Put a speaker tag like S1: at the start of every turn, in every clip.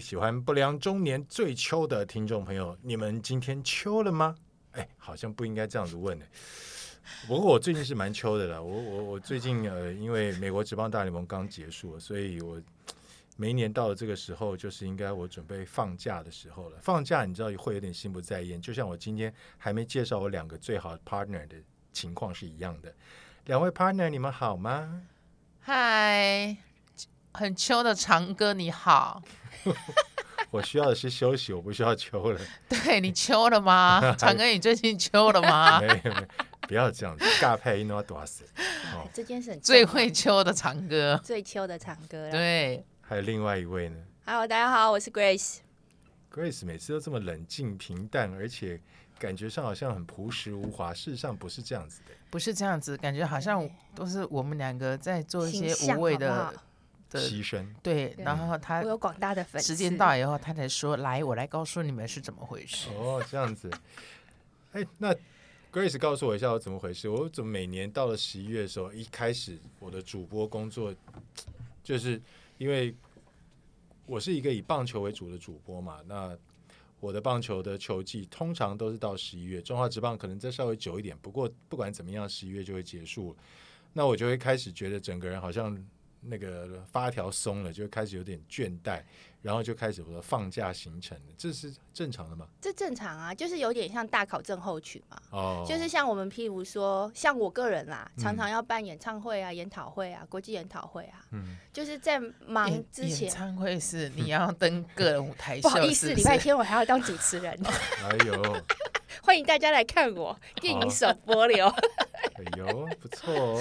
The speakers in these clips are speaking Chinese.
S1: 喜欢不良中年最秋的听众朋友，你们今天秋了吗？哎，好像不应该这样子问的。不过我最近是蛮秋的了，我我我最近呃，因为美国职棒大联盟刚结束，所以我每一年到了这个时候，就是应该我准备放假的时候了。放假你知道会有点心不在焉，就像我今天还没介绍我两个最好的 partner 的情况是一样的。两位 partner，你们好吗？
S2: 嗨，很秋的长哥你 好，
S1: 我需要的是休息，我不需要秋了。
S2: 对你秋了 吗？长哥，你最近秋了 吗
S1: 没？有没有，不要这样子，尬拍一诺多死。哦，
S3: 哎这件事很
S2: 最
S3: 重要
S2: 会秋的长哥，
S3: 最秋的唱歌了。
S2: 对，
S1: 还有另外一位呢
S3: Hello，大家好，我是 Grace。
S1: ，Grace 每次都这么冷静平淡，而且感觉上好像很朴实无华，事实上不是这样子的。
S2: 不是这样子，感觉好像都是我们两个在做一
S3: 形
S2: 些
S3: 象
S2: 无谓
S3: 好不
S2: 的
S3: 好
S2: 的，
S1: 牺牲，
S2: 对，
S3: 对
S2: 然后他
S3: 我有广大的粉丝。
S2: 哎时间到以后，他才说来，我来告诉你们是怎么回事。
S1: 哦，这样子。 哎，那 Grace 告诉我一下我怎么回事？我怎么每年到了十一月的时候，一开始我的主播工作，就是因为我是一个以棒球为主的主播嘛，那。我的棒球的球季通常都是到十一月，中华职棒可能再稍微久一点，不过不管怎么样，十一月就会结束了。那我就会开始觉得整个人好像那个发条松了，就开始有点倦怠，然后就开始我的放假行程了，这是正常的吗？
S3: 这正常啊，就是有点像大考症候群嘛。
S1: 哦，
S3: 就是 像我们，譬如说，像我个人啦，
S1: 嗯
S3: 常常要办演唱会啊、研讨会啊、国际研讨会啊，
S1: 嗯，
S3: 就是在忙
S2: 演
S3: 之
S2: 演
S3: 前，
S2: 唱会是你要登个人舞 台秀，
S3: 不好意思，
S2: 是
S3: 礼
S2: 是
S3: 拜天我还要当主持人，
S2: 哦
S1: 哎呦，
S3: 欢迎大家来看我电
S1: 好
S3: 影首播 流。
S1: 哎呦，不错 哦，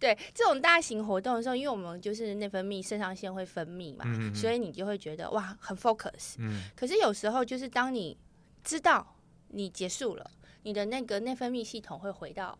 S3: 对这种大型活动的时候，因为我们就是内分泌，肾上腺会分泌嘛，
S1: 嗯嗯嗯
S3: 所以你就会觉得哇很 focus。
S1: 嗯，
S3: 可是有时候就是当你知道你结束了，你的那个内分泌系统会回到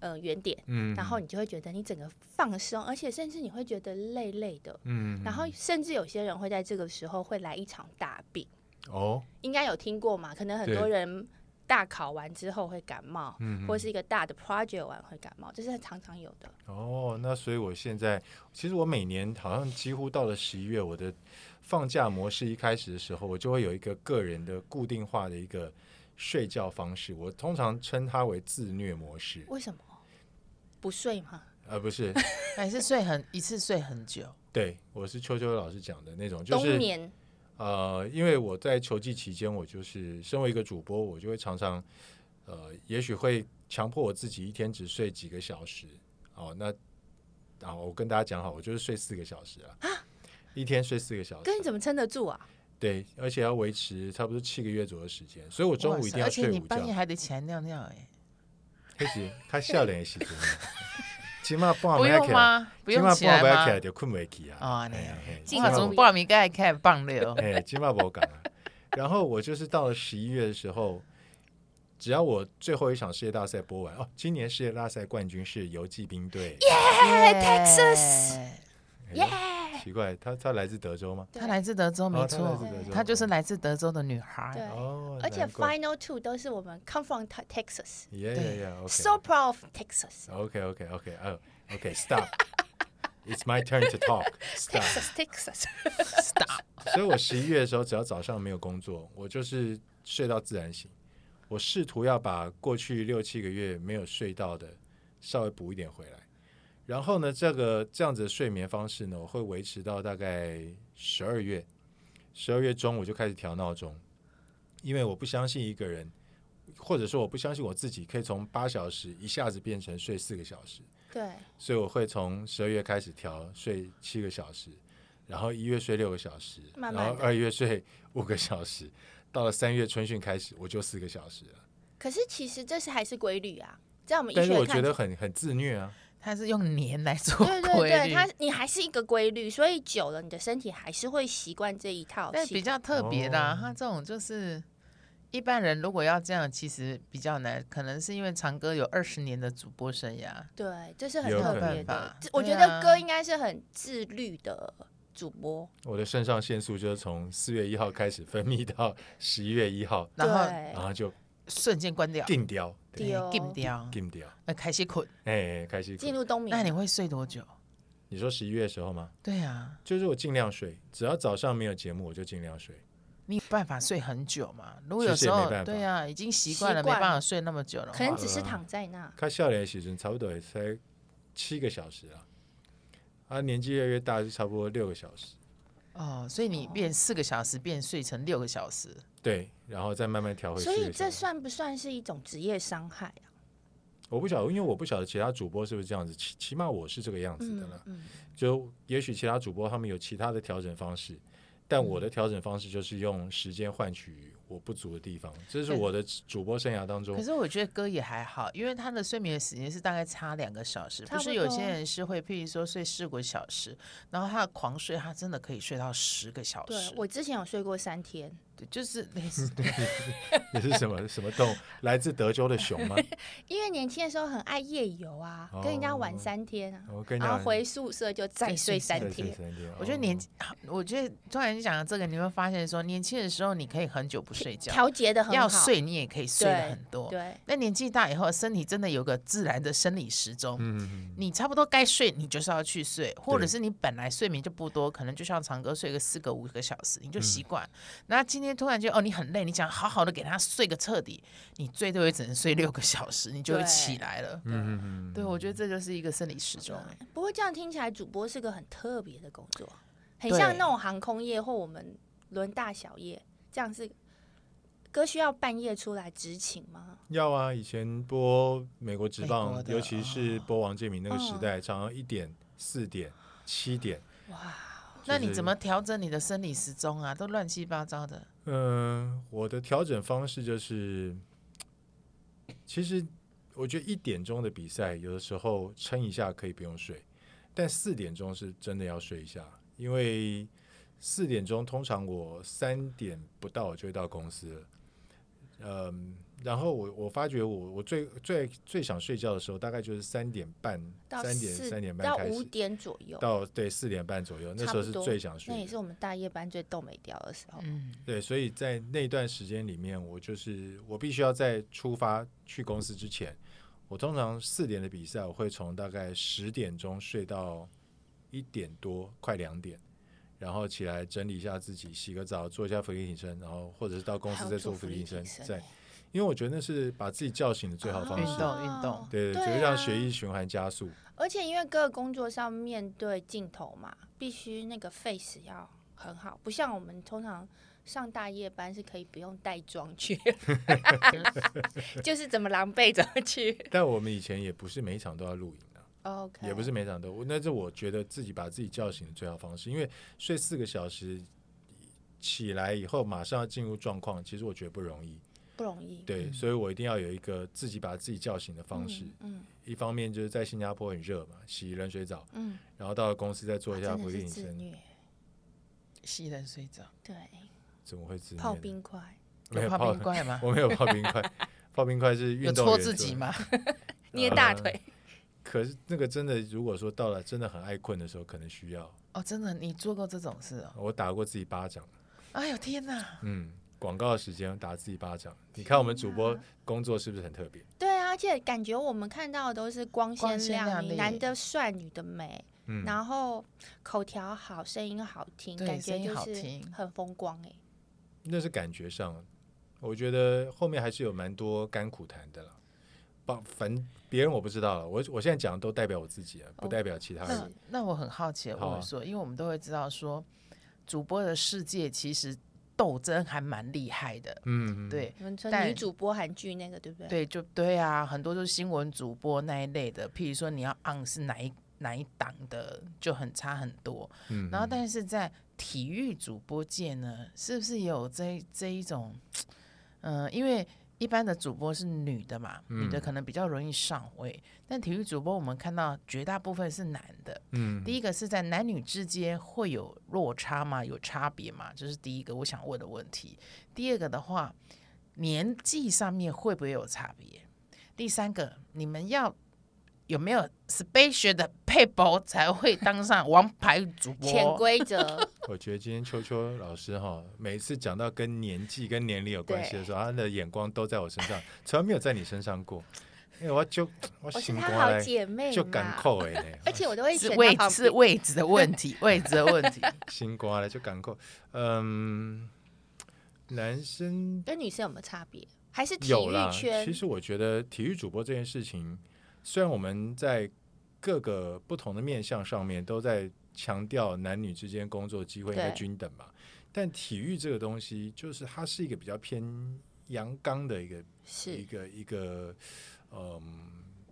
S3: 呃原点，
S1: 嗯
S3: 然后你就会觉得你整个放松，而且甚至你会觉得累累的。
S1: 嗯
S3: 然后甚至有些人会在这个时候会来一场大病，
S1: 哦，
S3: 应该有听过嘛？可能很多
S1: 对
S3: 人大考完之后会感冒，
S1: 嗯，
S3: 或是一个大的 project 完会感冒，这是常常有的。
S1: 哦，那所以我现在其实我每年好像几乎到了十一月，我的放假模式一开始的时候，我就会有一个个人的固定化的一个睡觉方式，我通常称它为自虐模式，
S3: 为什么不睡吗？
S1: 而、不是
S2: 还是睡很一次睡很久，
S1: 对，我是秋秋老师讲的那种，就
S3: 冬
S1: 是
S3: 眠
S1: 呃，因为我在球季期间，我就是身为一个主播，我就会常常呃，也许会强迫我自己一天只睡几个小时。哦，那啊，我跟大家讲好，我就是睡四个小时啊，一天睡四个小时。
S3: 跟你怎么撑得住啊？
S1: 对，而且要维持差不多七个月左右的时间，所以我中午一定要
S2: 而且
S1: 睡
S2: 你
S1: 午觉
S2: 半夜。还得起来尿尿，哎，
S1: 开始他笑脸也是， 起码半
S2: 不
S1: 夜
S2: 用
S1: 起来，
S2: 吗？不
S1: 起
S2: 用
S1: 码
S2: 起来
S1: 半夜起
S2: 吗
S1: 来？就困不起啊。
S2: 哦那
S1: 嘿
S2: 样
S1: 嘿
S3: 尽
S1: 这
S2: 哇，
S1: 样
S2: 怎么
S3: 力
S2: 报名该开始放 了？
S1: 哎，金马博港啊。然后我就是到了十一月的时候，只要我最后一场世界大赛播完哦，今年世界大赛冠军是游击兵队。
S2: 哎，Texas，
S1: 哎
S3: 耶、
S1: 奇怪，他他来自德州吗？
S2: 她来自德州，没
S1: 哦
S2: 错
S1: 他来，自德州
S2: 她就是来自德州的女孩。
S3: 对
S1: 哦，
S3: 而且
S1: 难怪
S3: Final Two 都是我们 come from Te- Texas，so
S1: yeah yeah yeah
S3: proud of Texas。
S1: OK OK OK OK 哦 OK Stop。It's my turn to talk. Stop.
S3: Texas, Texas，
S2: Stop，
S1: 所以我十一月的时候，只要早上没有工作，我就是睡到自然醒。我试图要把过去六七个月没有睡到的稍微补一点回来。然后呢，这个这样子的睡眠方式呢，我会维持到大概十二月，十二月中我就开始调闹钟，因为我不相信一个人，或者说我不相信我自己可以从八小时一下子变成睡四个小时。
S3: 对，
S1: 所以我会从十二月开始调睡七个小时，然后一月睡六个小时，
S3: 慢慢
S1: 然后
S3: 地
S1: 二月睡五个小时，到了三月春训开始我就四个小时了。
S3: 可是其实这是还是规律啊，在我们医
S1: 但是
S3: 学
S1: 我觉
S3: 看
S1: 得
S3: 起。
S1: 很很自虐啊，
S2: 她是用年来做
S3: 对对
S2: 规
S3: 对，
S2: 律，
S3: 它你还是一个规律，所以久了你的身体还是会习惯这一套
S2: 但
S3: 系
S2: 比较特别的啊
S1: 哦。
S2: 她这种就是一般人如果要这样，其实比较难，可能是因为长哥有二十年的主播生涯，
S3: 对，这是很
S1: 有
S3: 特
S1: 可能
S3: 别的
S2: 吧。
S3: 这我
S2: 对
S3: 觉
S2: 啊
S3: 得哥应该是很自律的主播，
S1: 我的肾上腺素就是从四月一号开始分泌到十一月一号，
S2: 然后
S3: 对
S1: 然后就
S2: 瞬间关掉，哎
S1: 禁掉，对
S3: 丢
S2: 禁掉，
S1: 禁掉，
S2: 呃，开始捆。
S1: 哎，开始
S3: 进入冬眠。
S2: 那你会睡多久？
S1: 你说十一月的时候吗？
S2: 对啊，
S1: 就是我尽量睡，只要早上没有节目，我就尽量睡。
S2: 你有办法睡很久嘛？如果有
S1: 其实
S2: 时
S1: 也没
S2: 候
S1: 办法
S2: 对啊，已经习惯了，
S3: 习
S2: 没
S3: 惯
S2: 办法睡那么久的
S3: 可能
S2: 话，
S3: 只
S1: 啊
S3: 是躺在那，
S1: 开笑脸的时阵差不多也才七个小时啊，啊，年纪越来越大就差不多六个小时，
S2: 哦，所以你变四个小时变睡成六个小时，
S1: 对，然后再慢慢调回
S3: 所
S1: 四
S3: 以
S1: 个小
S3: 这
S1: 时。
S3: 算不算是一种职业伤害啊？
S1: 我不晓得，因为我不晓得其他主播是不是这样子，起起码我是这个样子的
S3: 嗯
S1: 了。
S3: 嗯，
S1: 就也许其他主播他们有其他的调整方式，但我的调整方式就是用时间换取我不足的地方，这是
S2: 对
S1: 我的主播生涯当中
S2: 可是我觉得歌也还好，因为他的睡眠时间是大概差两个小时，
S3: 差
S2: 不
S3: 不
S2: 是有些
S3: 多
S2: 人是会，譬如说睡四个小时，然后他狂睡，他真的可以睡到十个小
S3: 对
S2: 时。
S3: 我之前有睡过三天，
S2: 对，就是 类似
S1: 你是什么什么动物？来自德州的熊吗？
S3: 因为年轻的时候很爱夜游啊，跟人家玩
S1: 哦
S3: 三天啊，
S1: 我跟你
S3: 然
S1: 讲
S3: 后，回宿舍就再睡三
S1: 对是
S3: 天。
S1: 三天。
S2: 我觉得
S1: 哦
S2: 年纪，我觉得突然讲到这个，你会发现说，年轻的时候你可以很久不睡觉，
S3: 调节的很好，
S2: 要睡你也可以睡的
S3: 对
S2: 很多。
S3: 对，
S2: 那年纪大以后，身体真的有个自然的生理时钟，
S1: 嗯，
S2: 你差不多该睡，你就是要去睡，或者
S1: 对
S2: 是你本来睡眠就不多，可能就像长哥睡个四个五个小时，你
S1: 嗯
S2: 就习惯。那、今天突然间哦，你很累，你想好好的给他睡个彻底，你最多也只能睡六个小时，你就会
S3: 对
S2: 起来了。
S1: 嗯嗯嗯
S2: 对，我觉得这就是一个生理时钟。
S3: 不过这样听起来，主播是个很特别的工作，很
S2: 对
S3: 像那种航空业或我们轮大小业，这样是。哥需要半夜出来执勤吗？
S1: 要啊，以前播美国职
S2: 美
S1: 棒
S2: 国，的哦嗯
S1: 尤其是播王建民那个时代，常常一点、四点、七点。
S3: 哇，
S2: 那你
S1: 是
S2: 怎么调整你的生理时钟啊？都乱七八糟的。
S1: 嗯、我的调整方式就是，其实我觉得一点钟的比赛，有的时候撑一下可以不用睡，但四点钟是真的要睡一下，因为四点钟通常我三点不到我就会到公司了。嗯，然后我我发觉我我最最最想睡觉的时候，大概就是三点半、
S3: 到
S1: 三点
S3: 四
S1: 三点半
S3: 到
S1: 开
S3: 五
S1: 始，
S3: 点左右，
S1: 到对四点半左右，那时候是
S3: 差不多
S1: 最想睡
S3: 那
S1: 的
S3: 也。是我们大夜班最逗美调的时候。
S2: 嗯，
S1: 对，所以在那段时间里面，我就是我必须要在出发去公司之前，我通常四点的比赛，我会从大概十点钟睡到一点多，快两点，然后起来整理一下自己，洗个澡，做一下俯卧撑，然后或者是到公
S3: 还
S1: 司
S3: 要
S1: 再
S3: 做
S1: 做俯
S3: 俯
S1: 卧
S3: 卧
S1: 撑，
S3: 撑
S1: 再
S3: 欸
S1: 因为我觉得那是把自己叫醒的最好方
S2: 运
S1: 式，
S2: 动运动
S1: 对对，
S3: 对
S1: 就让
S3: 啊
S1: 血液循环加速。
S3: 而且因为哥的工作上面对镜头嘛，必须那个 face 要很好，不像我们通常上大夜班是可以不用带妆去， 就是怎么狼狈怎么去。
S1: 但我们以前也不是每一场都要录影的。
S3: OK，
S1: 也不是每场都，那是我觉得自己把自己叫醒的最好方式，因为睡四个小时起来以后马上要进入状况，其实我觉得不容易。
S3: 不容易。
S1: 对，
S2: 嗯
S1: 所以我一定要有一个自己把自己叫醒的方式。
S3: 嗯，
S1: 一方面就是在新加坡很热嘛，洗冷水澡，
S3: 嗯
S1: 然后到了公司再做
S3: 嗯，
S1: 一下
S3: 真
S1: 俯
S3: 的
S1: 卧
S3: 是自
S1: 撑，
S3: 虐，
S2: 吸人睡着，
S3: 对，
S1: 怎么会自虐呢
S3: 泡冰块，
S1: 没有
S2: 有怕
S1: 泡
S2: 冰，块吗？
S1: 我没有泡冰 块，泡冰块是
S2: 有
S1: 运动
S2: 戳
S1: 员
S2: 自
S1: 做
S2: 己
S1: 的。
S2: 吗？
S3: 捏大腿，
S1: 可是那个真的，如果说到了真的很爱困的时候，可能需要。
S2: 哦，真的，你做过这种事哦？
S1: 我打过自己巴掌。
S2: 哎呦天哪！
S1: 嗯，广告的时间打自己巴掌，
S2: 啊
S1: 你看我们主播工作是不是很特别？
S3: 对啊，而且感觉我们看到的都是光
S2: 光
S3: 鲜
S2: 鲜亮
S3: 亮丽，
S2: 丽
S3: 男的帅，女的美，
S1: 嗯，
S3: 然后口条好，声音好听，
S2: 对
S3: 感
S2: 声
S3: 觉
S2: 音
S3: 就
S2: 好
S3: 是
S2: 听
S3: 很风光哎、
S1: 那是感觉上，啊我觉得后面还是有蛮多甘苦谈的啦。帮反正别人我不知道了，我我现在讲的都代表我自己
S2: 哦
S1: 啊，不代表其他人。
S2: 那那我很好奇地
S1: 好啊
S2: 问说，因为我们都会知道说，主播的世界其实斗争还蛮厉害的，
S1: 嗯，嗯，
S2: 对。
S3: 你们说
S2: 但
S3: 女主播韩剧那个对不对？
S2: 对，就对啊，很多就是新闻主播那一类的，譬如说你要 on 是哪一哪一档的，就很差很多。
S1: 嗯
S2: 然后，但是在体育主播界呢，是不是也有这这一种？嗯、因为一般的主播是女的嘛，
S1: 嗯
S2: 女的可能比较容易上位，但体育主播我们看到绝大部分是男的，
S1: 嗯，
S2: 第一个是在男女之间会有落差吗？有差别吗？这是第一个我想问的问题。第二个的话，年纪上面会不会有差别？第三个，你们要有没有 special 的配博才会当上王牌主
S3: 潜
S2: 播？
S3: 规则，
S1: 我觉得今天秋秋老师哈，每次讲到跟年纪跟年龄有关系的时候，他的眼光都在我身上，从来没有在你身上过。因为我就我
S3: 我是
S1: 心
S3: 她
S1: 肝
S3: 好
S1: 嘞，
S3: 姐
S2: 啊
S3: 妹
S1: 就敢
S3: 嘛，
S1: 扣哎呢，
S3: 而且我都会
S2: 是
S3: 选
S2: 位
S3: 她旁
S2: 是
S3: 边。
S2: 位置的问题，位置的问 题。
S1: 心肝嘞就敢扣。嗯，男生
S3: 跟女生有没有差别？还是体
S1: 有啦
S3: 育，圈？
S1: 其实我觉得体育主播这件事情，虽然我们在各个不同的面向上面都在强调男女之间工作机会应该
S3: 对
S1: 均等嘛，但体育这个东西，就是它是一个比较偏阳刚的一个一
S3: 是
S1: 个一个，嗯，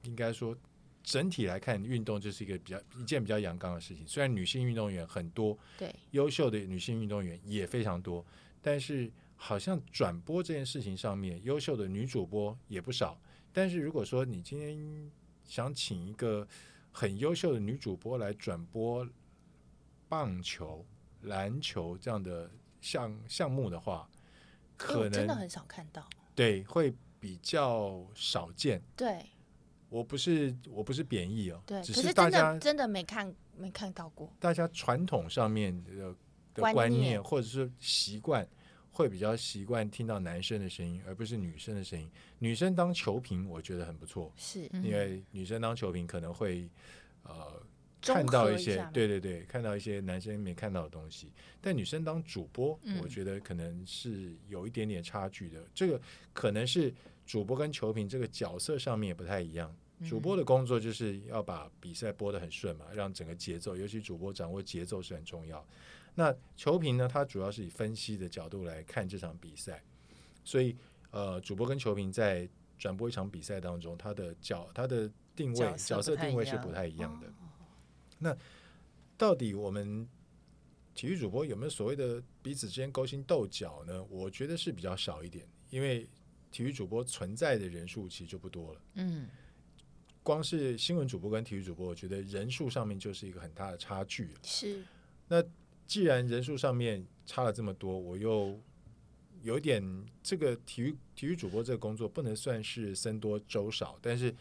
S1: 应该说整体来看，运动就是一个比较一件比较阳刚的事情。虽然女性运动员很多，
S3: 对，
S1: 优秀的女性运动员也非常多，但是好像转播这件事情上面，优秀的女主播也不少。但是如果说你今天想请一个很优秀的女主播来转播棒球、篮球这样的项项目的话，
S3: 因为
S1: 可
S3: 我哦真的
S1: 能
S3: 很少看到。
S1: 对会比较少见。
S3: 对
S1: 我不是我不是贬义哦，
S3: 对，
S1: 只
S3: 可是
S1: 大
S3: 真
S1: 家
S3: 的真的没看没看到过。
S1: 大家传统上面的的
S3: 观
S1: 观
S3: 念
S1: 念或者是习惯，会比较习惯听到男生的声音，而不是女生的声音。女生当球评，我觉得很不错，
S3: 是
S2: 嗯
S1: 因为女生当球评可能会呃
S3: 综合
S1: 看到
S3: 一下
S1: 些
S3: 嘛
S1: 对对对，看到一些男生没看到的东西。但女生当主播，
S2: 嗯
S1: 我觉得可能是有一点点差距的。这个可能是主播跟球评这个角色上面也不太一样。
S3: 嗯
S1: 主播的工作就是要把比赛播得很顺嘛，让整个节奏，尤其主播掌握节奏是很重要。那球评呢，它主要是以分析的角度来看这场比赛，所以呃，主播跟球评在转播一场比赛当中，他的角他的定位
S2: 角色
S1: 角色
S2: 不太
S1: 定位
S2: 一
S1: 是
S2: 样哦
S1: 不太一样的。那到底我们体育主播有没有所谓的彼此之间勾心斗角呢？我觉得是比较少一点，因为体育主播存在的人数其实就不多了。
S2: 嗯，
S1: 光是新闻主播跟体育主播，我觉得人数上面就是一个很大的差距。
S3: 是
S1: 既然人数上面差了这么多，我又有点这个体育体育主播这个工作不能算是僧多粥少，但是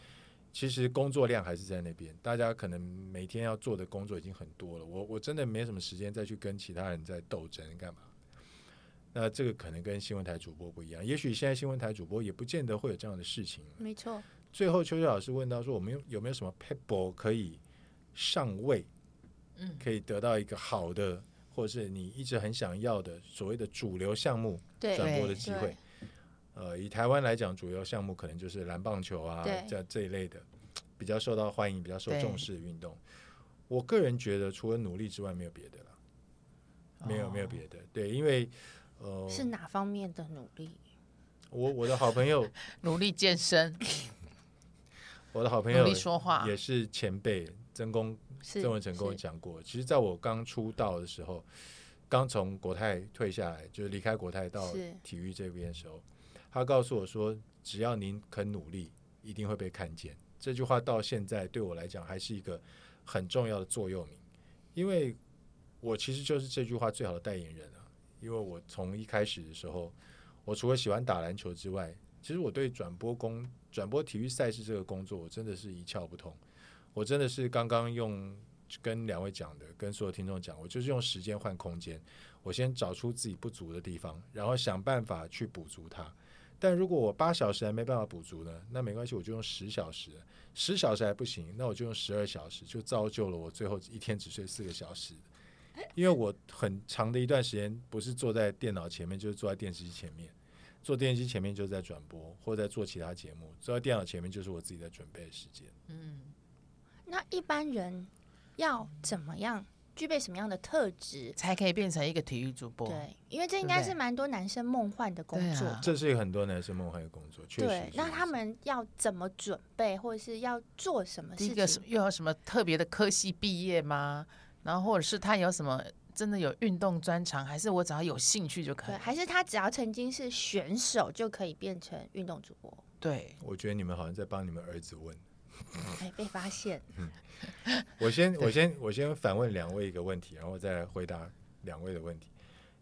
S1: 其实工作量还是在那边，大家可能每天要做的工作已经很多了，我我真的没什么时间再去跟其他人在斗争干嘛。那这个可能跟新闻台主播不一样，也许现在新闻台主播也不见得会有这样的事情。
S3: 没错，
S1: 最后，邱秋老师问到说，我们有有没有什么 people 可以上位，
S2: 嗯，
S1: 可以得到一个好的，或者是你一直很想要的所谓的主流项目
S3: 对
S1: 转播的
S2: 对
S1: 机会。呃，以台湾来讲，主流项目可能就是篮棒球啊
S3: 对，
S1: 这这一类的比较受到欢迎、比较受
S2: 对
S1: 重视的运动。我个人觉得，除了努力之外，没有别的了，
S2: 哦
S1: 没有、没有别的。对，因为呃，
S3: 是哪方面的努力？
S1: 我我的好朋友，
S2: 努力健身，
S1: 我的好朋
S2: 努
S1: 友
S2: 力说话，
S1: 也是前辈曾公
S3: 是
S1: 郑文成跟我
S3: 是
S1: 讲过，其实在我刚出道的时候，刚从国泰退下来，就是离开国泰到
S3: 是
S1: 体育这边的时候，他告诉我说，只要您肯努力，一定会被看见。这句话到现在对我来讲还是一个很重要的座右铭，因为我其实就是这句话最好的代言人啊。因为我从一开始的时候，我除了喜欢打篮球之外，其实我对转播工、转播体育赛事这个工作，我真的是一窍不通。我真的是刚刚用跟两位讲的，跟所有听众讲，我就是用时间换空间。我先找出自己不足的地方，然后想办法去补足它。但如果我八小时还没办法补足呢，那没关系，我就用十小时。十小时还不行，那我就用十二小时，就造就了我最后一天只睡四个小时。因为我很长的一段时间不是坐在电脑前面，就是坐在电视机前面。坐电视机前面就是在转播，或者在做其他节目；坐在电脑前面就是我自己在准备的时间。
S2: 嗯，
S3: 那一般人要怎么样具备什么样的特质？
S2: 才可以变成一个体育主
S1: 哦
S2: 播。
S3: 对，因为这应
S2: 对不
S3: 该
S2: 对
S3: 是蛮多男生梦幻的工
S2: 对
S3: 作。
S2: 啊
S1: 这是很多男生梦幻的工作，确实
S3: 对
S1: 是。
S3: 那他们要怎么准备，或者是要做什么
S2: 第一
S3: 事
S2: 个是
S1: 哎
S3: 情？
S2: 又有什么特别的科系毕业吗？然后或者是他有什么真的有运动专长，还是我只要有兴趣就可以
S3: 对，？还是他只要曾经是选手就可以变成运动主播？
S2: 对，
S1: 我觉得你们好像在帮你们儿子问。
S3: 哎，被发现，
S1: 我先，我先，我先反问两位一个问题，然后再来回答两位的问题。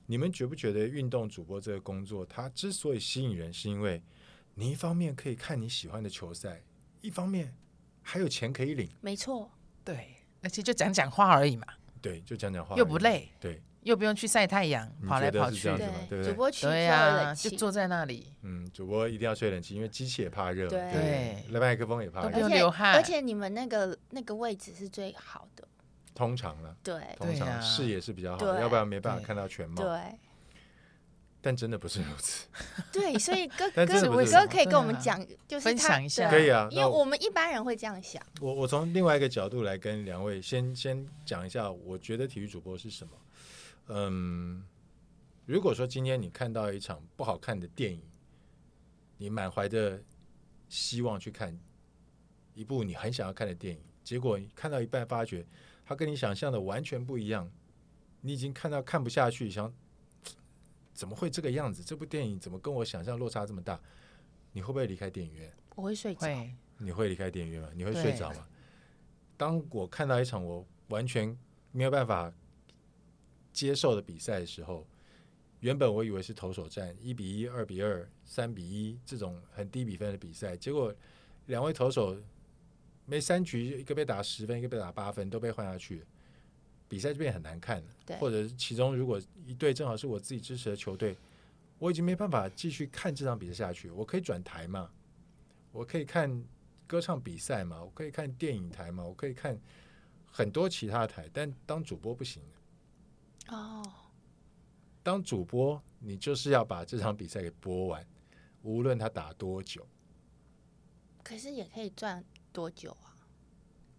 S1: 你们觉不觉得运动主播这个工作，它之所以吸引人，是因为你一方面可以看你喜欢的球赛，一方面还有钱可以领。
S3: 没错，
S2: 对，而且就讲讲话而已嘛，
S1: 对，就讲讲话而已，
S2: 又不累，
S1: 对，
S2: 又不用去晒太阳，
S1: 你
S2: 跑来
S1: 觉得
S2: 跑
S1: 是
S2: 去
S1: 这，样子吗对不
S3: 对，
S1: 对
S3: 主播区
S2: 对
S3: 就有
S2: 啊，
S3: 冷
S2: 就
S3: 气，
S2: 坐在那里，
S1: 嗯，主播一定要吹冷气，因为机器也怕热，
S3: 对
S1: 对，那麦克风也怕
S2: 都不
S1: 热，
S2: 用
S3: 而且
S2: 流汗
S3: 而且你们那个那个位置是最好的，
S1: 通常呢，
S3: 对
S1: 通
S2: 对
S1: 常
S2: 啊
S1: 视野是比较好的，
S3: 对
S1: 要不然没办法
S2: 对
S1: 看到全貌。
S3: 对
S1: 但真的不是如此，
S3: 对，所以哥
S1: 但
S3: 哥
S1: 真的不
S3: 哥
S1: 是
S3: 哥可
S2: 对
S3: 以
S2: 啊
S3: 跟我们讲，就是
S2: 分
S3: 他
S2: 享一下
S1: 可以啊
S3: 因为
S1: 那我
S3: 我们一般人会这样想，
S1: 我我从另外一个角度来跟两位先先讲一下，我觉得体育主播是什么。嗯，如果说今天你看到一场不好看的电影，你满怀着希望去看一部你很想要看的电影，结果你看到一半发觉它跟你想象的完全不一样，你已经看到看不下去，想嘖怎么会这个样子？这部电影怎么跟我想象落差这么大？你会不会离开电影院？
S3: 我会睡着，
S2: 会
S1: 你会离开电影院吗？你会
S2: 对
S1: 睡着吗？当我看到一场我完全没有办法接受的比赛的时候，原本我以为是投手战，一比一、二比二、三比一这种很低比分的比赛，结果两位投手每三局一个被打十分，一个被打八分，都被换下去了，比赛就变得很难看了。
S3: 对
S1: 或者是其中如果一队正好是我自己支持的球队，我已经没办法继续看这场比赛下去，我可以转台嘛，我可以看歌唱比赛嘛，我可以看电影台嘛，我可以看很多其他台，但当主播不行。
S3: 哦，
S1: 当主播，你就是要把这场比赛给播完，无论他打多久。
S3: 可是也可以赚多久啊？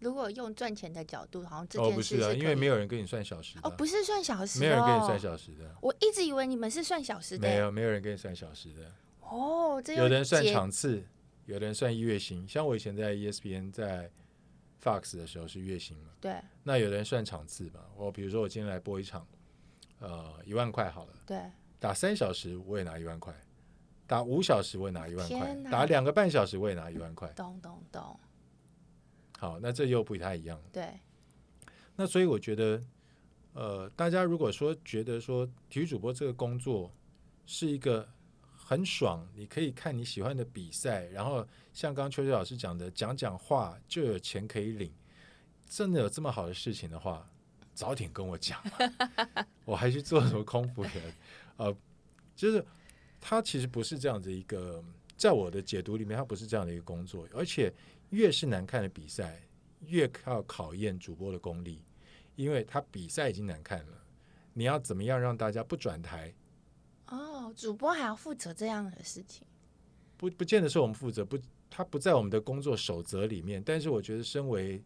S3: 如果用赚钱的角度，好像这
S1: 哦，
S3: 件
S1: 不
S3: 事
S1: 是啊，
S3: 可
S1: 因为没
S3: 以
S1: 有人跟你算小时的
S3: 哦，
S1: 啊，
S3: 不是算小时，哦
S1: 没有人跟你算。小时的，
S3: 我一直以为你们是算小时的，
S1: 没有，没有人跟你算小时的。
S3: 哦，这又
S1: 有的人算
S3: 结
S1: 场次，有的人算月薪。像我以前在 E ESPN、在 Fox 的时候是月薪嘛，
S3: 对
S1: 那有的人算场次嘛。我比如说我今天来播一场，呃，一万块好了，
S3: 对，
S1: 打三小时我也拿一万块，打五小时我也拿一万块
S3: 天，哪
S1: 打两个半小时我也拿一万块。
S3: 懂懂懂，
S1: 好，那这又不太一样了。
S3: 对
S1: 那所以我觉得，呃，大家如果说觉得说体育主播这个工作是一个很爽，你可以看你喜欢的比赛，然后像刚刚秋秋老师讲的，讲讲话就有钱可以领，真的有这么好的事情的话，早点跟我讲嘛我还去做什么空服员？呃，就是他其实不是这样的一个，在我的解读里面，他不是这样的一个工作，而且越是难看的比赛，越要考验主播的功力，因为他比赛已经难看了，你要怎么样让大家不转台？
S3: 哦，主播还要负责这样的事情，
S1: 不不见得是我们负责，不，他不在我们的工作守则里面。但是我觉得，身为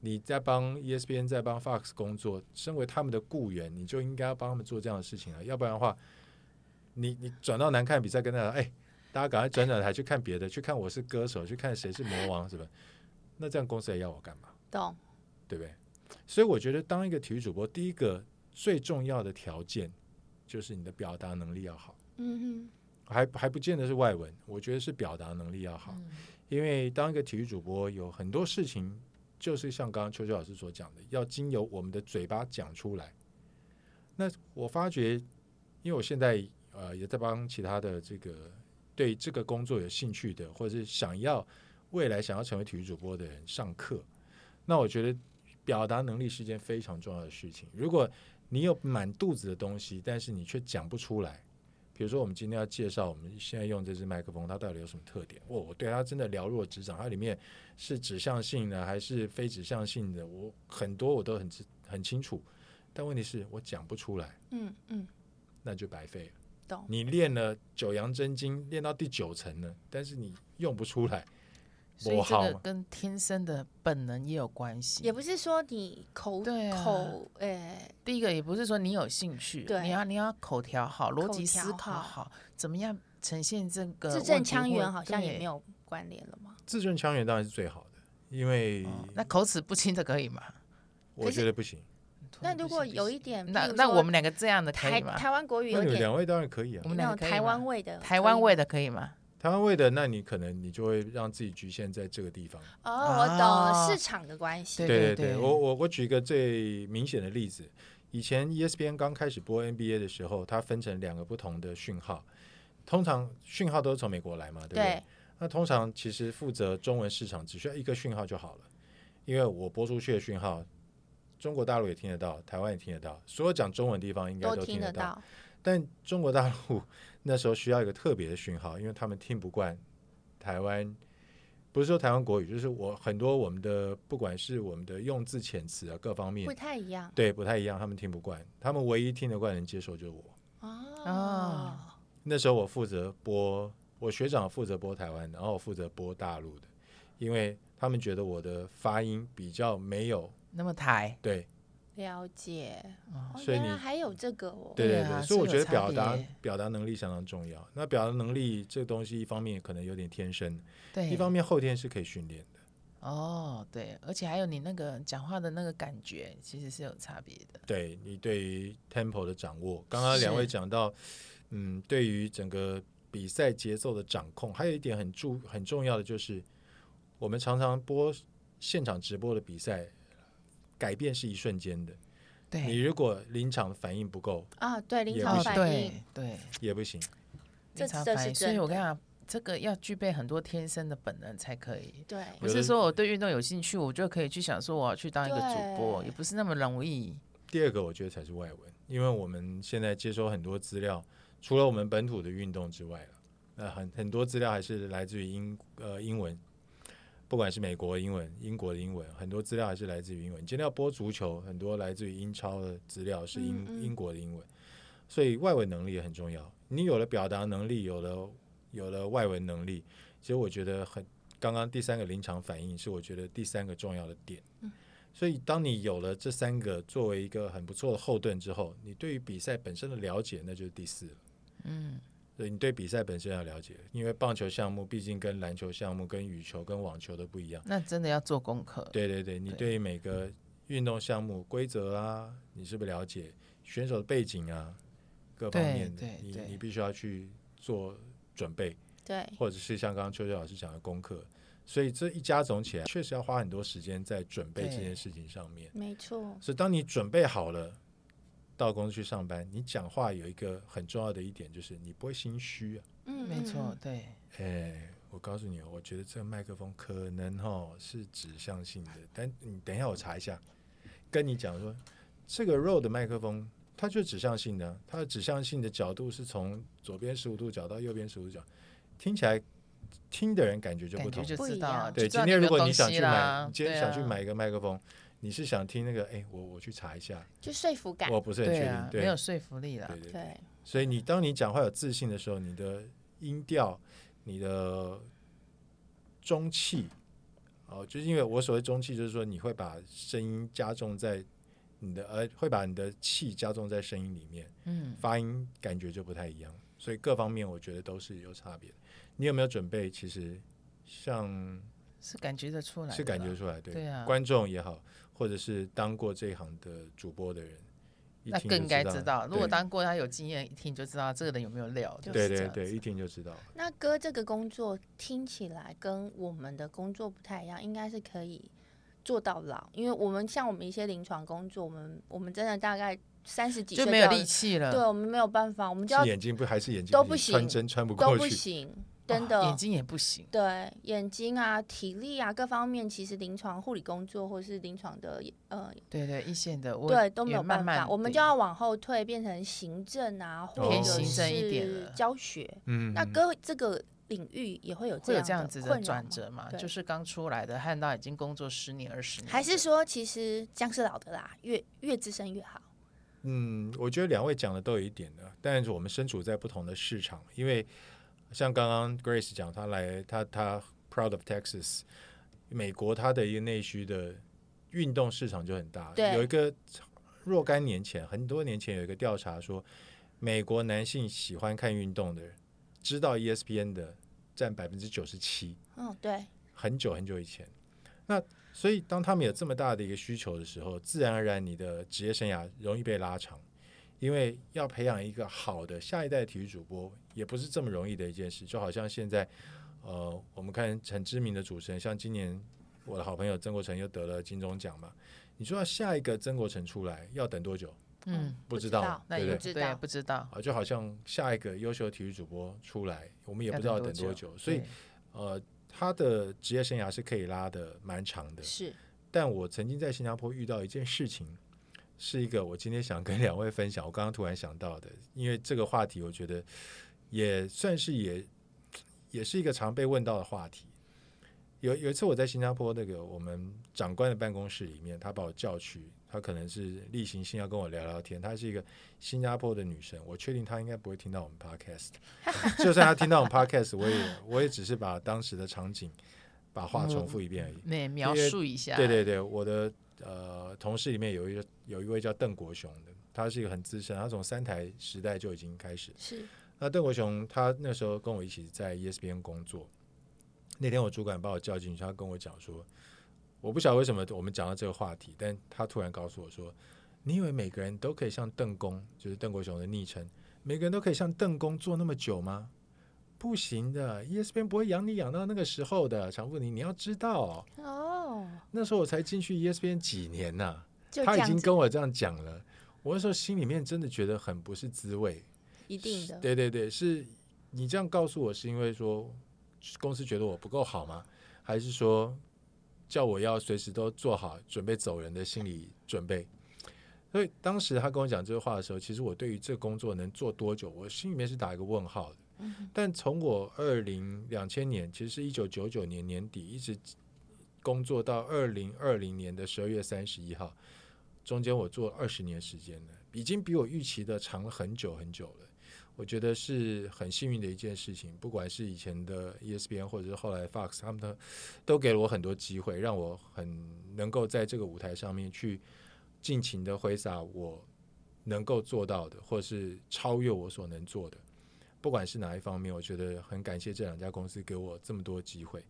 S1: 你在帮 E ESPN 在帮 Fox 工作，身为他们的雇员，你就应该要帮他们做这样的事情啊，要不然的话，你你转到难看的比赛，跟大家哎，大家赶快转转台去看别的，去看我是歌手，去看谁是魔王，是吧？那这样公司还要我干嘛？
S3: 懂
S1: 对不对？所以我觉得，当一个体育主播，第一个最重要的条件就是你的表达能力要好，
S3: 嗯
S1: 还还不见得是外文，我觉得是表达能力要好。
S3: 嗯
S1: 因为当一个体育主播，有很多事情就是像刚刚秋秋老师所讲的，要经由我们的嘴巴讲出来。那我发觉，因为我现在呃也在帮其他的这个对这个工作有兴趣的，或者是想要未来想要成为体育主播的人上课。那我觉得表达能力是一件非常重要的事情。如果你有满肚子的东西，但是你却讲不出来，比如说我们今天要介绍我们现在用这支麦克风，它到底有什么特点？我我对它真的了若指掌，它里面是指向性的还是非指向性的？我很多我都很知很清楚，但问题是我讲不出来，
S3: 哼嗯嗯，
S1: 那就白费了。
S3: 懂
S1: 你练了九阳真经，练到第九层了，但是你用不出来，
S2: 所以这
S1: 好
S2: 个
S1: 嘛
S2: 跟天生的本能也有关系。
S3: 也不是说你口
S2: 对啊
S3: 口呃诶，
S2: 第一个也不是说你有兴趣，
S3: 对
S2: 你要你要口条好，逻
S3: 口
S2: 辑
S3: 条
S2: 思考
S3: 好
S2: 好，怎么样呈现这个
S3: 字
S2: 问
S3: 正
S2: 题
S3: 腔
S2: 或
S3: 圆好像也
S2: 对
S3: 没有关联了嘛，
S1: 字正腔圆当然是最好的，因为
S2: 哦那口齿不清的可以吗？
S1: 我觉得不行。
S3: 那如果有
S2: 一
S3: 一点，
S2: 那
S3: 比如
S2: 那
S3: 说
S2: 我们两个这样的可以
S3: 台
S2: 吗？
S3: 台湾国语
S1: 那
S3: 有
S1: 你们
S3: 点
S1: 两位当然可以啊
S2: 我，们
S3: 那
S2: 两
S3: 种
S2: 个可以
S3: 台湾
S2: 吗
S3: 味的，
S2: 台湾味
S3: 的
S2: 的可以吗？
S1: 台湾味的，那你可能你就会让自己局限在这个地方。
S3: 哦，我懂
S2: 啊
S3: 了，市场的关系，
S2: 对
S1: 对
S2: 对对
S1: 我我我举一个最明显的例子，以前 E ESPN 刚开始播 NBA 的时候，它分成两个不同的讯号，通常讯号都是从美国来嘛，对不对？
S3: 对
S1: 那通常其实负责中文市场只需要一个讯号就好了，因为我播出去的讯号中国大陆也听得到，台湾也听得到，所有讲中文的地方应该
S3: 都
S1: 听
S3: 听
S1: 得
S3: 得
S1: 到。
S3: 到。
S1: 但中国大陆 那时候需要一个特别的讯号，因为他们听不惯台湾，不是说台湾国语，就是我很多我们的不管是我们的用字遣词啊各方面
S3: 不，太一样
S1: 对不太一样，他们听不惯。他们唯一听得惯能接受就是我。
S3: 啊
S2: 啊。
S1: 那时候我负责播，我学长负责播台湾的，然后我负责播大陆的，因为他们觉得我的发音比较没有
S2: 那么台
S1: 对
S3: 了解，
S2: 啊
S3: 哦，
S1: 所以
S3: 原来
S1: 你
S3: 还有这个哦。
S1: 对
S2: 对
S1: 对
S2: 啊
S1: 所以我
S2: 这
S1: 觉得
S2: 有差
S1: 表达
S2: 别
S1: 表达能力相当重要。那表达能力这东西，一方面可能有点天生，
S2: 对
S1: 一方面后天是可以训练的。
S2: 哦，对，而且还有你那个讲话的那个感觉，其实是有差别的。
S1: 对你对于 tempo 的掌握，刚刚两位
S2: 是
S1: 讲到，嗯，对于整个比赛节奏的掌控，还有一点很注很重要的就是，我们常常播现场直播的比赛，改变是一瞬间的。你
S2: 对，
S1: 如果临场反应不够
S3: 啊，对，临
S1: 也
S3: 场
S1: 不
S3: 反应，
S2: 哦对对，
S1: 也不行。
S3: 这
S2: 临场
S3: 这
S2: 反
S3: 是
S2: 应所以
S3: 真
S2: 我
S3: 的
S2: 跟你讲，这个要具备很多天生的本能才可以。
S3: 对
S2: 不
S1: 有
S2: 是
S1: 的
S2: 说我对运动有兴趣，我就可以去想说我要去当一个主播，
S3: 对
S2: 也不是那么容易。
S1: 第二个我觉得才是外文，因为我们现在接收很多资料，除了我们本土的运动之外了，那很很多资料还是来自于英呃英文，不管是美国英文、英国的英文，很多资料还是来自于英文。今天要播足球，很多来自于英超的资料是英、
S3: 嗯嗯
S1: 英国的英文，所以外文能力也很重要。你有了表达能力，有了有了外文能力，其实我觉得很刚刚第三个临场反应是我觉得第三个重要的点。
S2: 嗯
S1: 所以，当你有了这三个作为一个很不错的后盾之后，你对于比赛本身的了解，那就是第四了。
S2: 嗯，
S1: 所以，你对比赛本身要了解，因为棒球项目毕竟跟篮球项目、跟羽球、跟网球都不一样。
S2: 那真的要做功课。
S1: 对对对，你对于每个运动项目规则啊，你是不是了解选手的背景啊，各方
S2: 对
S1: 面的
S2: 对
S1: 你
S2: 对
S1: 你必须要去做准备。
S3: 对，
S1: 或者是像刚刚秋秋老师讲的功课，所以这一加总起来，确实要花很多时间在准备这件事情上面。
S3: 没错，
S1: 所以当你准备好了，到公司去上班，你讲话有一个很重要的一点就是你不会心虚啊。
S3: 嗯，
S2: 没错
S3: 嗯，，
S2: 对，
S1: 哎，我告诉你哦，我觉得这个麦克风可能哦是指向性的，但你等一下我查一下，跟你讲说这个 Rode 麦克风。它就是指向性的啊，它的指向性的角度是从左边十五度角到右边十五度角，听起来听的人感觉就不
S2: 感
S1: 同
S2: 觉。就
S3: 不
S2: 知
S3: 一
S2: 道
S3: 样
S2: 了。
S1: 对，
S2: 就知
S1: 今
S2: 道
S1: 天
S2: 没
S1: 如
S2: 有
S1: 果
S2: 东
S1: 你想
S2: 西
S1: 去
S2: 啦
S1: 买，你今天
S2: 对
S1: 想去
S2: 啊
S1: 买一个麦克风，你是想听那个？哎，我我去查一下，
S3: 就说服感，
S1: 我不是很确
S2: 对啊
S1: 定。，对
S2: 没有说服力了。
S1: 对对对。
S3: 对，
S1: 所以你当你讲话有自信的时候，你的音调、你的中气，哦，就是因为我所谓中气，就是说你会把声音加重在你的，呃，会把你的气加重在声音里面，
S2: 嗯，
S1: 发音感觉就不太一样。所以各方面我觉得都是有差别的。你有没有准备？其实像
S2: 是感觉得出来的啦，
S1: 是感觉出来，对，
S2: 对啊
S1: 观众也好，或者是当过这一行的主播的人，一
S2: 那
S1: 听就
S2: 更该知道。如果
S1: 对
S2: 当过他有经验，一听就知道这个人有没有料。就
S1: 对
S2: 是这
S1: 对
S2: 样
S1: 对，
S2: 子
S1: 一听就知道。
S3: 那哥这个工作听起来跟我们的工作不太一样，应该是可以做到老，因为我们像我们一些临床工作，我们我们真的大概三十几岁
S2: 就没有
S3: 就要
S2: 力气了，
S3: 对我们没有办法，我们就是要
S1: 眼睛不还是眼睛
S3: 都
S1: 皮
S3: 不
S1: 穿
S3: 行
S1: 针穿不
S3: 都
S1: 过
S3: 不
S1: 去，
S3: 行，真的、
S2: 啊眼睛也不行。
S3: 对眼睛啊、体力啊各方面，其实临床护理工作或是临床的呃，
S2: 对对，一线的我
S3: 对都没
S2: 也
S3: 有办法，
S2: 慢慢
S3: 我们
S2: 地
S3: 就要往后退，变成行政啊，或
S1: 偏
S3: 者
S1: 行
S2: 政一点
S3: 是
S2: 了
S3: 教学。
S1: 嗯，
S3: 那哥这个领域也会有
S2: 会
S3: 这
S2: 有
S3: 样
S2: 这样子
S3: 困
S2: 的
S3: 扰
S2: 转
S3: 吗
S2: 折嘛？
S3: 对
S2: 就是刚出来的，看到已经工作十年、二十年的，
S3: 还是说，其实姜是老的啦，越越资深越好。
S1: 嗯，我觉得两位讲的都有一点的，但是我们身处在不同的市场，因为像刚刚 Grace 讲，她来她她 Proud of Texas，美国它的一个内需的运动市场就很大。
S3: 对
S1: 有一个若干年前，很多年前有一个调查说，美国男性喜欢看运动的，知道 E ESPN 的占百分之九十七。
S3: 嗯，对，
S1: 很久很久以前。那所以当他们有这么大的一个需求的时候，自然而然你的职业生涯容易被拉长，因为要培养一个好的下一代体育主播也不是这么容易的一件事。就好像现在，呃，我们看很知名的主持人，像今年我的好朋友曾国成又得了金钟奖嘛，你说要下一个曾国成出来要等多久？
S2: 嗯，
S1: 不
S3: 知
S1: 知道
S3: 道
S2: 那
S1: 对
S2: 也
S1: 不对
S2: 不
S3: 知
S2: 知
S3: 道
S2: 道，不知道，
S1: 啊，就好像下一个优秀体育主播出来，我们也
S2: 要
S1: 不知道等多久，所以
S2: 对
S1: 呃，他的职业生涯是可以拉的蛮长的。
S3: 是
S1: 但我曾经在新加坡遇到一件事情，是一个我今天想跟两位分享，我刚刚突然想到的，因为这个话题我觉得也算是也也是一个常被问到的话题。有有一次我在新加坡那个我们长官的办公室里面，他把我叫去，他可能是例行性要跟我聊聊天。她是一个新加坡的女生，我确定她应该不会听到我们 podcast。就算她听到我们 podcast，我也我也只是把当时的场景把话重复一遍而已。
S2: 那描述一下，
S1: 对对对，我的呃同事里面有一个有一位叫邓国雄的，他是一个很资深，他从三台时代就已经开始。
S3: 是
S1: 那邓国雄他那时候跟我一起在 E ESPN 工作，那天我主管把我叫进去，他跟我讲说，我不晓得为什么我们讲到这个话题，但他突然告诉我说，你以为每个人都可以像邓公，就是邓国雄的昵称，每个人都可以像邓公做那么久吗？不行的，ESPN ，E 不会养你养到那个时候的，常富宁，你要知道、
S3: 哦，
S1: 那时候我才进去 E ESPN 几年呐、
S3: 就
S1: 他
S3: 这
S1: 已
S3: 样
S1: 经
S3: 子，
S1: 跟我这样讲了，我那时候心里面真的觉得很不是滋味。
S3: 一定的，
S1: 对对对，是你这样告诉我是因为说公司觉得我不够好吗？还是说叫我要随时都做好准备走人的心理准备？所以当时他跟我讲这个话的时候，其实我对于这个工作能做多久，我心里面是打一个问号的。
S3: 嗯
S1: 但从我二零两千年，其实是一九九九年年底，一直工作到二零二零年的十二月三十一号，中间我做二十年时间了，已经比我预期的长了很久很久了。我觉得是很幸运的一件事情，不管是以前的 E ESPN 或者是后来 Fox，他们都都给了我很多机会，让我很能够在这个舞台上面去尽情的挥洒我能够做到的，或是超越我所能做的。不管是哪一方面，我觉得很感谢这两家公司给我这么多机会。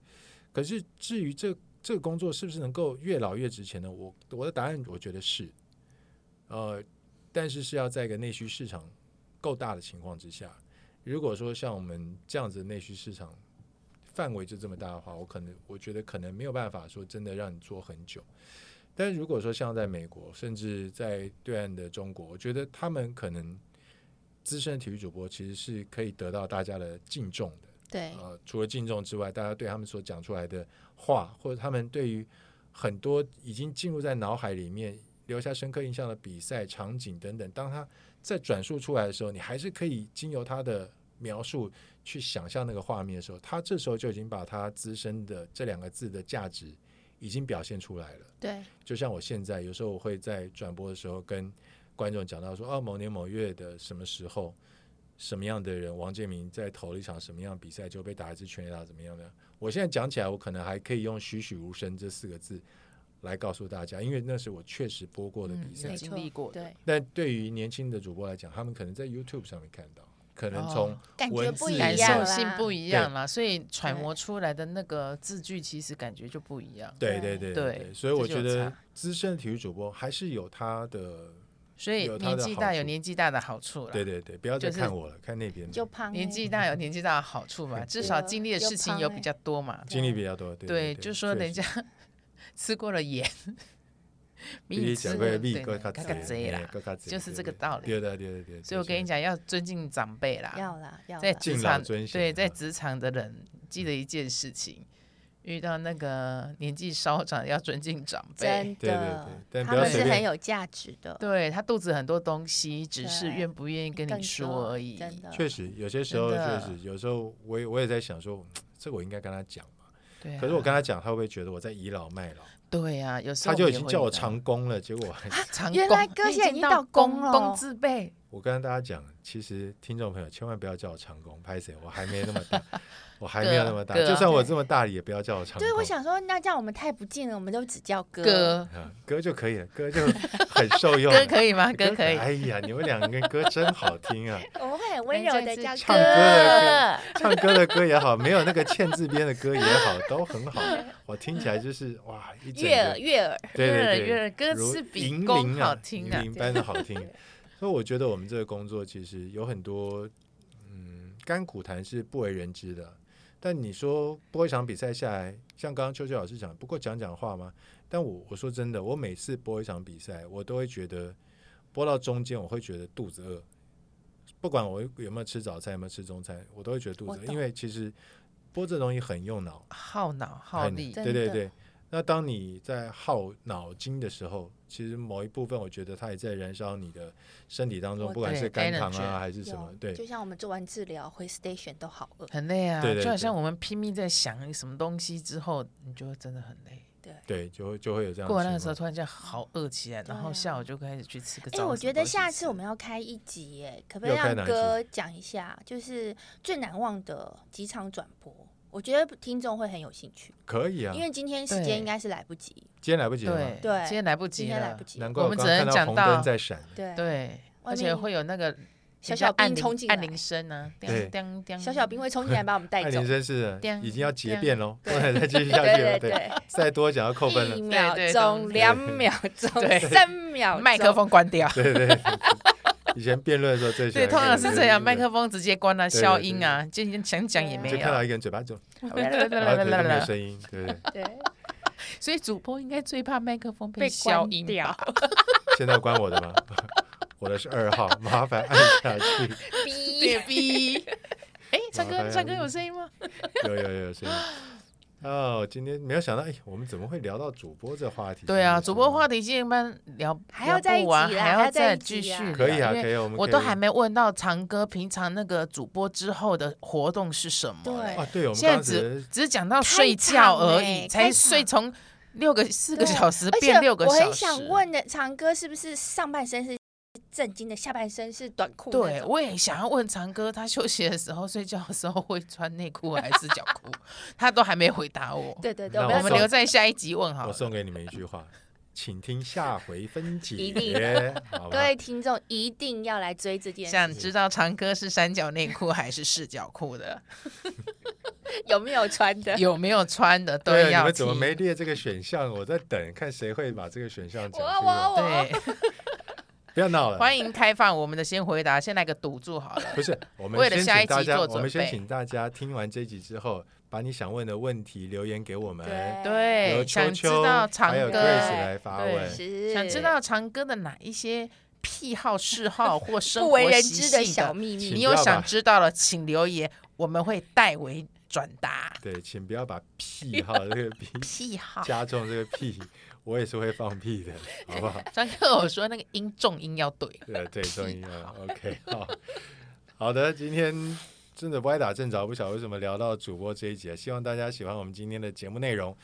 S1: 可是至于这这个工作是不是能够越老越值钱呢？我我的答案我觉得是，呃，但是是要在一个内需市场够大的情况之下，如果说像我们这样子的内需市场范围就这么大的话，我可能我觉得可能没有办法说真的让你做很久。但如果说像在美国，甚至在对岸的中国，我觉得他们可能资深的体育主播其实是可以得到大家的敬重的。
S3: 对，
S2: 哦
S1: 呃，除了敬重之外，大家对他们所讲出来的话，或者他们对于很多已经进入在脑海里面留下深刻印象的比赛场景等等，当他在转述出来的时候，你还是可以经由他的描述去想象那个画面的时候，他这时候就已经把他自身的这两个字的价值已经表现出来了。
S3: 对，
S1: 就像我现在有时候我会在转播的时候跟观众讲到说，哦，某年某月的什么时候，什么样的人，王建民在投了一场什么样的比赛就被打一支全垒打，怎么样的？我现在讲起来，我可能还可以用“栩栩如生”这四个字来告诉大家，因为那是我确实播过的比赛。
S2: 有
S3: 没
S2: 经
S3: 错
S2: 历过的
S3: 对，
S1: 但对于年轻的主播来讲，他们可能在 YouTube 上面看到，可能从
S2: 哦
S3: 感觉
S1: 文
S3: 不
S1: 字
S3: 一
S2: 感
S3: 样
S2: 受
S3: 啦
S2: 性不一样啦，所以揣摩出来的那个字句，其实感觉就不一样。
S1: 对
S3: 对
S1: 对对
S2: 对
S1: 所以我
S2: 这就
S1: 觉
S2: 有
S1: 得
S2: 差
S1: 资深的体育主播还是有他的，
S2: 所以
S1: 有它的
S2: 年纪大
S1: 好
S2: 有
S1: 处
S2: 年纪大的好处啦，
S1: 对对对，不要再
S2: 就是
S1: 看我了，看那边的
S3: 就胖
S2: 年
S3: 欸
S2: 纪大有年纪大的好处嘛，至少
S3: 对
S2: 经历的
S3: 又
S2: 事情
S3: 胖
S2: 有
S3: 欸
S2: 比较多嘛。
S1: 经历比较多，对对
S2: 对，就说
S1: 确
S2: 人
S1: 实
S2: 家 吃过了盐，比
S1: 你
S2: 你
S1: 吃
S2: 吃
S1: 过
S2: 过
S1: 米
S2: 对
S1: 更
S2: 更
S1: 较
S2: 侪
S1: 侪
S2: 啦，
S1: 更较侪
S2: 啊就是这个道理
S1: 对的，对的，对的。
S2: 所以我跟你
S1: 讲，
S2: 讲，要尊敬长辈啦，
S3: 要啦要
S2: 在
S3: 啦，
S2: 职
S1: 敬老
S2: 场
S1: 尊贤
S2: 对，在
S1: 啊
S2: 职场的人记得一件事情，遇到那个年纪稍长的要尊敬长辈。
S3: 真
S1: 对对
S3: 的
S1: 对，但
S3: 他
S1: 不要
S3: 们
S1: 随
S3: 是很
S1: 便
S3: 有价值的，
S2: 对他肚子很多东西，只是
S3: 对
S2: 愿不愿意跟
S3: 更
S2: 你
S3: 多
S2: 说而已。
S3: 真的
S1: 确实有些时候
S2: 真
S1: 确
S2: 的
S1: 实有时候我也我也在想说，嗯这我应该跟他讲嘛。
S2: 对啊，
S1: 可是我跟他讲，他会不会觉得我在倚老卖老？
S2: 对啊，有时啊候
S1: 他
S2: 我
S1: 就已
S2: 们也
S1: 经
S2: 会
S1: 叫
S2: 遇
S1: 我
S2: 到
S1: 长工了，结果还
S2: 长
S3: 原
S2: 工
S3: 来哥
S2: 你已
S3: 现在
S2: 经
S3: 已经
S2: 到
S3: 到
S2: 工
S3: 工了
S2: 工字辈，
S1: 我跟大家讲，其实听众朋友千万不要叫我长工，拍谁？我还没那么大，我还没有那么大。
S2: 哥啊
S1: 就算我这么大，也不要叫我长工。
S3: 对，我想说，那这样我们太不近了，我们都只叫哥。
S2: 哥
S1: 啊，哥就可以了，哥就很受用了。
S2: 哥可以吗？哥可以，
S1: 哎呀，你们两个歌真好听啊！
S3: 我们会很
S2: 哎
S3: 温柔的叫
S1: 唱歌的
S3: 哥。
S1: 唱歌的歌也好，没有那个欠字边的歌也好，都很好。我听起来就是哇，一整
S3: 悦耳，
S1: 个
S3: 悦耳，
S1: 对
S2: 悦耳
S1: 对
S2: 悦
S1: 对，
S2: 耳歌
S1: 如
S2: 是比
S1: 银
S2: 弓
S1: 铃
S2: 好
S1: 啊，
S2: 听
S1: 银
S2: 啊
S1: 铃般的好听。 所以我觉得我们这个工作其实有很多，嗯，甘苦谈是不为人知的。但你说播一场比赛下来，像刚刚秋秋老师讲，不过讲讲话吗？但我我说真的，我每次播一场比赛，我都会觉得播到中间，我会觉得肚子饿。不管我有没有吃早餐，有没有吃中餐，我都会觉得肚
S3: 我
S1: 子饿，
S3: 懂
S1: 因为其实播这东西很用脑，
S2: 耗脑耗
S1: 很
S2: 力，
S1: 对对
S3: 真的
S1: 对，那当你在耗脑筋的时候，其实某一部分我觉得它也在燃烧你的身体当中，
S3: 我
S1: 不管是肝糖
S2: 对，energy
S1: 啊还是什么
S3: 有，
S1: 对
S3: 就像我们做完治疗回 station 都好饿，
S2: 很累啊，
S1: 对对
S2: 就好
S1: 对
S2: 像我们拼命在想什么东西之后，你就会真的很累。
S3: 对。哎
S1: 对，就会就会有这样的情况。
S2: 过完那个时候，突然间好饿起来，
S3: 对啊
S2: 然后下午就开始去吃个
S3: 哎、
S2: 早。
S3: 我觉得下次我
S2: 们
S3: 们要开一集耶，可不可以
S1: 要开
S3: 让
S1: 哪一集
S3: 哥讲一下，就是最难忘的几场转播？我觉得听众会很有兴趣，
S1: 可以啊，
S3: 因为今天时
S2: 对
S3: 间应该是来不及，
S1: 今天来不及了吗
S2: 对
S3: 对
S2: 今天来不
S3: 今
S2: 及
S3: 天来
S2: 了
S3: 不，及，
S1: 难怪
S2: 我
S1: 刚刚
S2: 们只能
S1: 看到
S2: 讲
S1: 红
S2: 到
S1: 灯在闪。
S3: 对，
S2: 对，
S3: 外
S2: 而且
S3: 面
S2: 会有那个
S3: 小小
S2: 按
S3: 兵
S2: 铃
S3: 冲进
S2: 按
S3: 来
S2: 铃声啊，
S1: 对
S2: 叮叮叮，
S3: 小小兵会冲进来把我们带
S1: 艾
S3: 走
S1: 林，真是
S2: 叮
S1: 已经要结
S2: 叮
S1: 辩喽，不
S3: 对
S1: 能再继续下去了。
S3: 对对对，
S1: 再多讲要扣分
S3: 一
S1: 了。
S3: 秒
S2: 对对
S3: 钟、
S2: 对
S3: 两秒钟、
S2: 对
S3: 三秒钟，
S2: 麦克风关掉。
S1: 对对对，对以前辩论的时候最喜
S2: 对，
S1: 欢
S2: 通常是这样，麦
S1: 对对对
S2: 克风直接关了，
S1: 对对
S2: 消音啊，今天想讲也没
S1: 就看到
S2: 有。
S1: 一个人嘴巴就，然后就没有
S2: 啦
S1: 声音，对不对？
S3: 对，
S2: 所以主播应该最怕麦克风
S3: 被
S2: 消
S3: 关
S2: 音
S3: 掉
S2: 吧？
S1: 现在关我的吗？ 我的是二号，麻烦按下去。
S3: 逼
S2: 对 逼。哎，唱
S1: 麻
S2: 歌，
S1: 烦
S2: 唱歌有声音吗？
S1: 有有有有声音。哦，今天没有想到，哎，我们怎么会聊到主播这话题？嗯
S2: 对啊，
S1: 真的是
S2: 主播话题今天班聊
S3: 还要再一
S2: 聊不完，
S3: 集啦啊
S2: 还
S3: 还
S2: 要
S3: 要再
S2: 再
S3: 一
S2: 继
S3: 集
S2: 续
S3: 啊
S2: 聊。
S1: 可以啊，可
S2: 因为
S1: 以啊，我们
S2: 我
S1: 可
S2: 都
S1: 以
S2: 还没问到长哥平常那个主播之后的活动是什么嘞。
S3: 对
S1: 啊，对，我们
S2: 现在
S1: 当
S2: 只
S1: 时
S2: 只讲到
S3: 开
S2: 睡觉
S3: 场
S2: 而
S3: 欸
S2: 已，
S3: 开
S2: 才
S3: 场
S2: 睡从六个四个
S3: 对
S2: 小时
S3: 而且
S2: 变六个
S3: 我
S2: 小
S3: 很
S2: 时。
S3: 想问的，长哥是不是上半身是正经的，下半身是短裤？
S2: 对，，我也想要问长哥，他休息的时候、睡觉的时候会穿内裤还是脚裤？他都还没回答我。
S3: 对对对，
S1: 那
S3: 我
S2: 我
S3: 们要
S2: 们
S1: 送
S2: 留在下一集问 好
S1: 我
S2: 了。
S1: 送给你们一句话，请听下回分解。
S3: 一 定
S1: 好吧
S3: 各位听众一定要来追这件事，
S2: 想知道长哥是三角内裤还是四角裤 的，
S3: 有没有穿的？
S2: 有没有穿的都
S1: 对啊，
S2: 要
S1: 你
S2: 听。
S1: 们怎么没列这个选项？我在等看谁会把这个选项讲
S3: 我啊
S1: 出
S3: 我啊
S1: 来。
S3: 我啊，
S2: 对，
S1: 不要闹了，
S2: 欢迎开放我们的先回答，先来个赌注好了。
S1: 不是，我们
S2: 为了
S1: 先
S2: 下一
S1: 请大
S2: 集
S1: 家，
S2: 做
S1: 我们
S2: 准
S1: 先
S2: 备
S1: 请大家听完这集之后，把你想问的问题留言给我们，由
S2: 对，
S1: 秋
S2: 哎想知
S1: 秋
S2: 道长
S1: 还有
S2: 哥
S1: Grace 来发问。
S2: 对
S3: 是
S2: 想知道长哥的哪一些癖好、嗜好或生
S3: 不
S2: 活
S3: 为人
S2: 习
S3: 知的
S2: 性
S3: 小秘
S1: 请
S3: 密
S2: 你
S1: 不。
S2: 有
S1: 要把
S2: 想知道的，请留言，我们会代为转达。
S1: 对，请不要把癖好这个 癖
S2: 癖好，
S1: 加重这个癖，我也是会放屁的，好不好？
S2: 张哥我说那个音重音要对，
S1: 对对，终于了啊 OK，好，好的，今天真的歪打正着，不晓得为什么聊到主播这一节，希望大家喜欢我们今天的节目内容。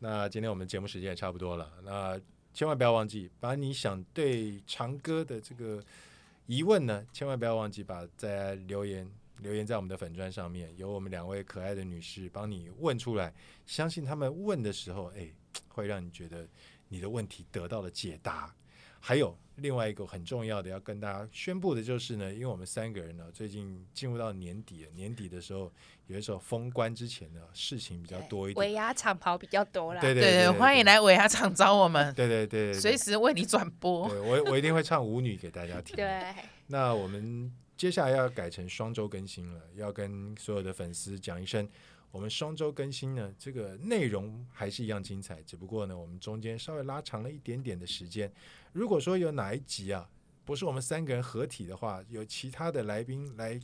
S1: 那今天我们节目时间也差不多了，那千万不要忘记把你想对长歌的这个疑问呢，千万不要忘记把在留言留言在我们的粉砖上面，由我们两位可爱的女士帮你问出来。相信他们问的时候，哎，会让你觉得你的问题得到了解答。还有另外一个很重要的要跟大家宣布的就是呢，因为我们三个人呢，最近进入到年底了，年底的时候，有的时候封关之前呢，事情比较多一
S3: 尾
S1: 点。
S3: 牙厂跑比较多啦，
S1: 对对
S2: 对对，欢迎。来尾牙厂找我们，
S1: 对对对，对
S2: 随时为你转播。
S1: 对我我一定会唱舞女给大家 听。
S3: 对，
S1: 那我们接下来要改成双周更新了，要跟所有的粉丝讲一声，我们双周更新呢，这个内容还是一样精彩，只不过呢，我们中间稍微拉长了一点点的时间。如果说有哪一集啊，不是我们三个人合体的话，有其他的来宾来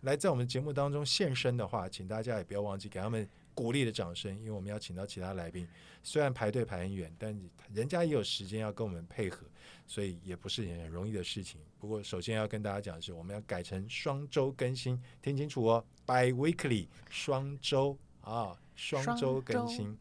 S1: 来在我们节目当中现身的话，请大家也不要忘记给他们。鼓励的掌声，因为我们要请到其他来宾，虽然排队排很远，但人家也有时间要跟我们配合，所以也不是很容易的事情。不过，首先要跟大家讲的是，我们要改成双周更新，听清楚哦，bi weekly 双周啊，双周更新。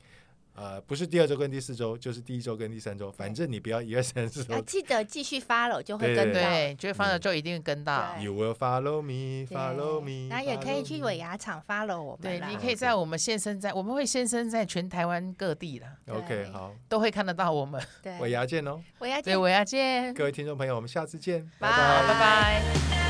S1: 呃，不是第二周跟第四周，就是第一周跟第三周，反正你不要一二三四
S3: 要
S1: 周。
S3: 啊记得继续 follow 就会
S1: 对
S3: 跟
S1: 对
S3: 到。
S2: 对，嗯觉得方的就一定跟到。
S3: 对
S1: You will follow me,
S3: 哎对
S1: follow me。
S3: 那也可以去尾
S1: 牙。
S3: 牙厂 follow 我
S2: 对
S3: 们，啦。
S2: 你可以在我们现身在，我们会现身在全台湾各地的，
S1: OK，
S3: 对
S1: 好，
S2: 都会看得到我们。
S3: 对
S1: 尾牙见哦，
S3: 尾牙见
S2: 对，尾牙见，
S1: 各位听众朋友，我们下次见，
S3: 拜
S2: 拜拜。